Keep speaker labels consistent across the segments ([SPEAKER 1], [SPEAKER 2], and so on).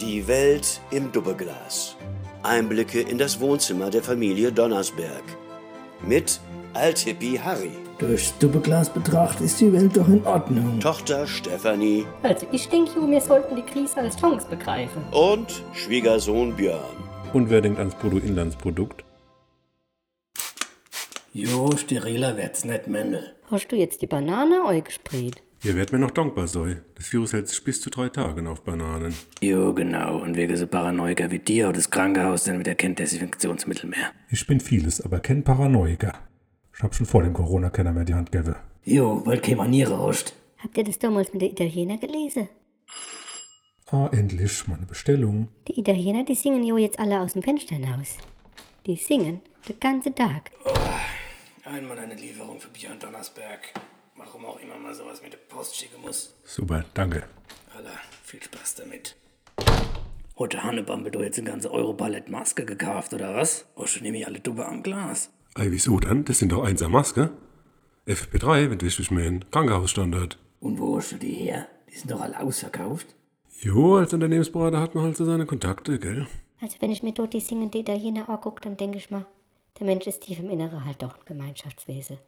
[SPEAKER 1] Die Welt im Doppelglas. Einblicke in das Wohnzimmer der Familie Donnersberg. Mit Althippie Harry,
[SPEAKER 2] Durchs Doppelglas betrachtet ist die Welt doch in Ordnung.
[SPEAKER 1] Tochter Stefanie
[SPEAKER 3] Also ich denke, wir sollten die Krise als Chance begreifen.
[SPEAKER 1] und Schwiegersohn Björn.
[SPEAKER 4] Und wer denkt ans Bruttoinlandsprodukt?
[SPEAKER 2] Jo, steriler wird's nicht, Mendel.
[SPEAKER 3] Hast du jetzt die Banane eingespräht?
[SPEAKER 4] Ihr werdet mir noch dankbar sein. Das Virus hält sich bis zu drei Tagen auf Bananen.
[SPEAKER 5] Jo, genau. Und wegen so Paranoiker wie dir hat das Krankenhaus dann wieder kein Desinfektionsmittel mehr.
[SPEAKER 6] Ich bin vieles, aber kein Paranoiker. Ich hab schon vor dem Corona-Kenner mehr die Hand gegeben.
[SPEAKER 2] Jo, weil keine Maniere hast.
[SPEAKER 3] Habt ihr das damals mit den Italienern gelesen?
[SPEAKER 6] Ah, endlich, meine Bestellung.
[SPEAKER 3] Die Italiener, die singen jo jetzt alle aus dem Fenster raus. Die singen den ganzen Tag.
[SPEAKER 5] Einmal eine Lieferung für Björn Donnersberg. Warum auch immer man sowas mit der Post schicken muss.
[SPEAKER 4] Super, danke.
[SPEAKER 5] Alter, viel Spaß damit. Heute Hannebampel, du jetzt eine ganze Europalette Maske gekauft, oder was? Oh, schon nehme ich alle Dubbe am Glas.
[SPEAKER 4] Ey, wieso dann? Das sind doch einser Maske. FP3, wenn du wichtig mein Krankenhausstandard.
[SPEAKER 5] Und wo hast du die her? Die sind doch alle ausverkauft.
[SPEAKER 4] Jo, als Unternehmensberater hat man halt so seine Kontakte, gell?
[SPEAKER 3] Also wenn ich mir dort die singende Italiener angucke, dann denke ich mal, der Mensch ist tief im Inneren halt doch ein Gemeinschaftswesen.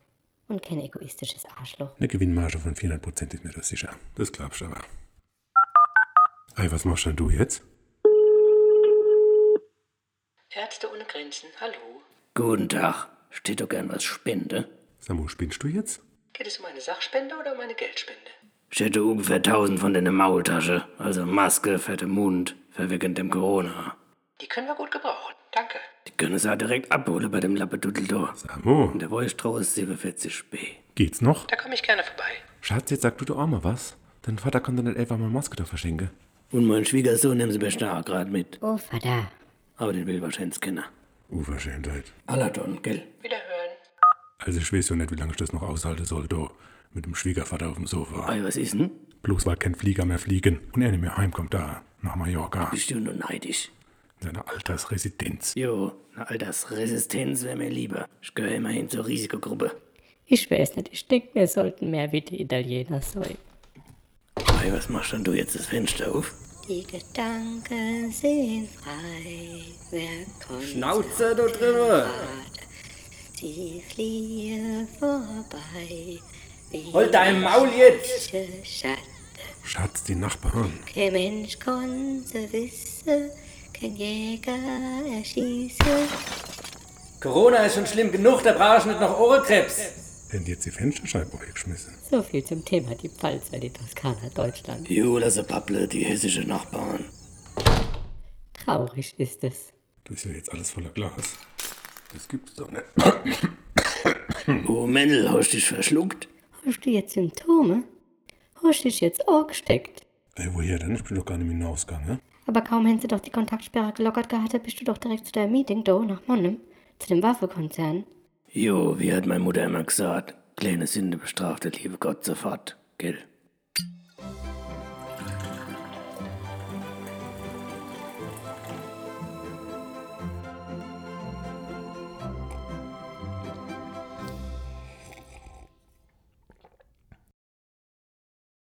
[SPEAKER 3] Und kein egoistisches Arschloch.
[SPEAKER 4] Eine Gewinnmarge von 400% ist mir das sicher. Das glaubst du aber. Ey, was machst denn du jetzt?
[SPEAKER 7] Ärzte ohne Grenzen, hallo.
[SPEAKER 5] Guten Tag. Steht doch gern was Spende.
[SPEAKER 4] Samu, spinnst du jetzt?
[SPEAKER 7] Geht es um eine Sachspende oder um eine Geldspende?
[SPEAKER 5] Ich hätte ungefähr 1000 von deiner Maultasche. Also Maske, fette Mund, verwirkend dem Corona.
[SPEAKER 7] Die können wir gut gebrauchen. Danke.
[SPEAKER 5] Die können es auch direkt abholen bei dem Lappedudeldor.
[SPEAKER 4] Samu,
[SPEAKER 5] Und der Wolstrau ist 47b.
[SPEAKER 4] geht's noch?
[SPEAKER 7] Da komme ich gerne vorbei.
[SPEAKER 4] Schatz, jetzt sag du doch auch mal was. Dein Vater kann dir nicht einfach mal Maske da verschenken.
[SPEAKER 5] Und mein Schwiegersohn nimmt sie bestimmt auch gerade mit.
[SPEAKER 3] Oh, Vater.
[SPEAKER 5] Aber den will wahrscheinlich keiner.
[SPEAKER 4] Unverschämtheit.
[SPEAKER 5] Aladon, gell?
[SPEAKER 7] Wiederhören.
[SPEAKER 4] Also ich weiß ja nicht, wie lange ich das noch aushalten soll, du. Mit dem Schwiegervater auf dem Sofa.
[SPEAKER 5] Ei, was ist denn?
[SPEAKER 4] Bloß weil kein Flieger mehr fliegen und er nicht mehr heimkommt da, nach Mallorca.
[SPEAKER 5] Bist du nur neidisch?
[SPEAKER 4] Seine Altersresidenz.
[SPEAKER 5] Jo, eine Altersresistenz wäre mir lieber. Ich gehöre immerhin zur Risikogruppe.
[SPEAKER 3] Ich weiß nicht, ich denke, wir sollten mehr wie die Italiener sein.
[SPEAKER 5] Ei, was machst denn du jetzt das Fenster auf?
[SPEAKER 3] Die Gedanken sind frei. Wer kommt?
[SPEAKER 5] Schnauze da drin!
[SPEAKER 3] Sie fliehen vorbei. Wie
[SPEAKER 5] Hol dein Maul jetzt!
[SPEAKER 3] manche Schatten.
[SPEAKER 4] Schatz, die Nachbarn.
[SPEAKER 3] Kein Mensch konnte wissen, kein Jäger erschieße.
[SPEAKER 5] Corona ist schon schlimm genug, da brauche ich nicht noch Ohrenkrebs.
[SPEAKER 4] Denn jetzt die Fensterscheibe geschmissen.
[SPEAKER 3] So viel zum Thema die Pfalz, weil die Toskana Deutschland.
[SPEAKER 5] Jo, das ist Papple, die hessische Nachbarn.
[SPEAKER 3] Traurig ist es.
[SPEAKER 4] Das ist ja jetzt alles voller Glas. Das gibt's doch nicht.
[SPEAKER 5] Oh, Mendel, hast dich verschluckt?
[SPEAKER 3] Hast du jetzt Symptome? Hast du dich jetzt angesteckt?
[SPEAKER 4] Ey, woher denn? Ich bin doch gar nicht mehr hinausgegangen. ne?
[SPEAKER 3] Aber kaum hätten sie doch die Kontaktsperre gelockert gehabt, bist du doch direkt zu deinem Meeting, do, nach Monnem, zu dem Waffelkonzern.
[SPEAKER 5] Jo, wie hat meine Mutter immer gesagt, kleine Sünde bestraft der liebe Gott sofort, gell?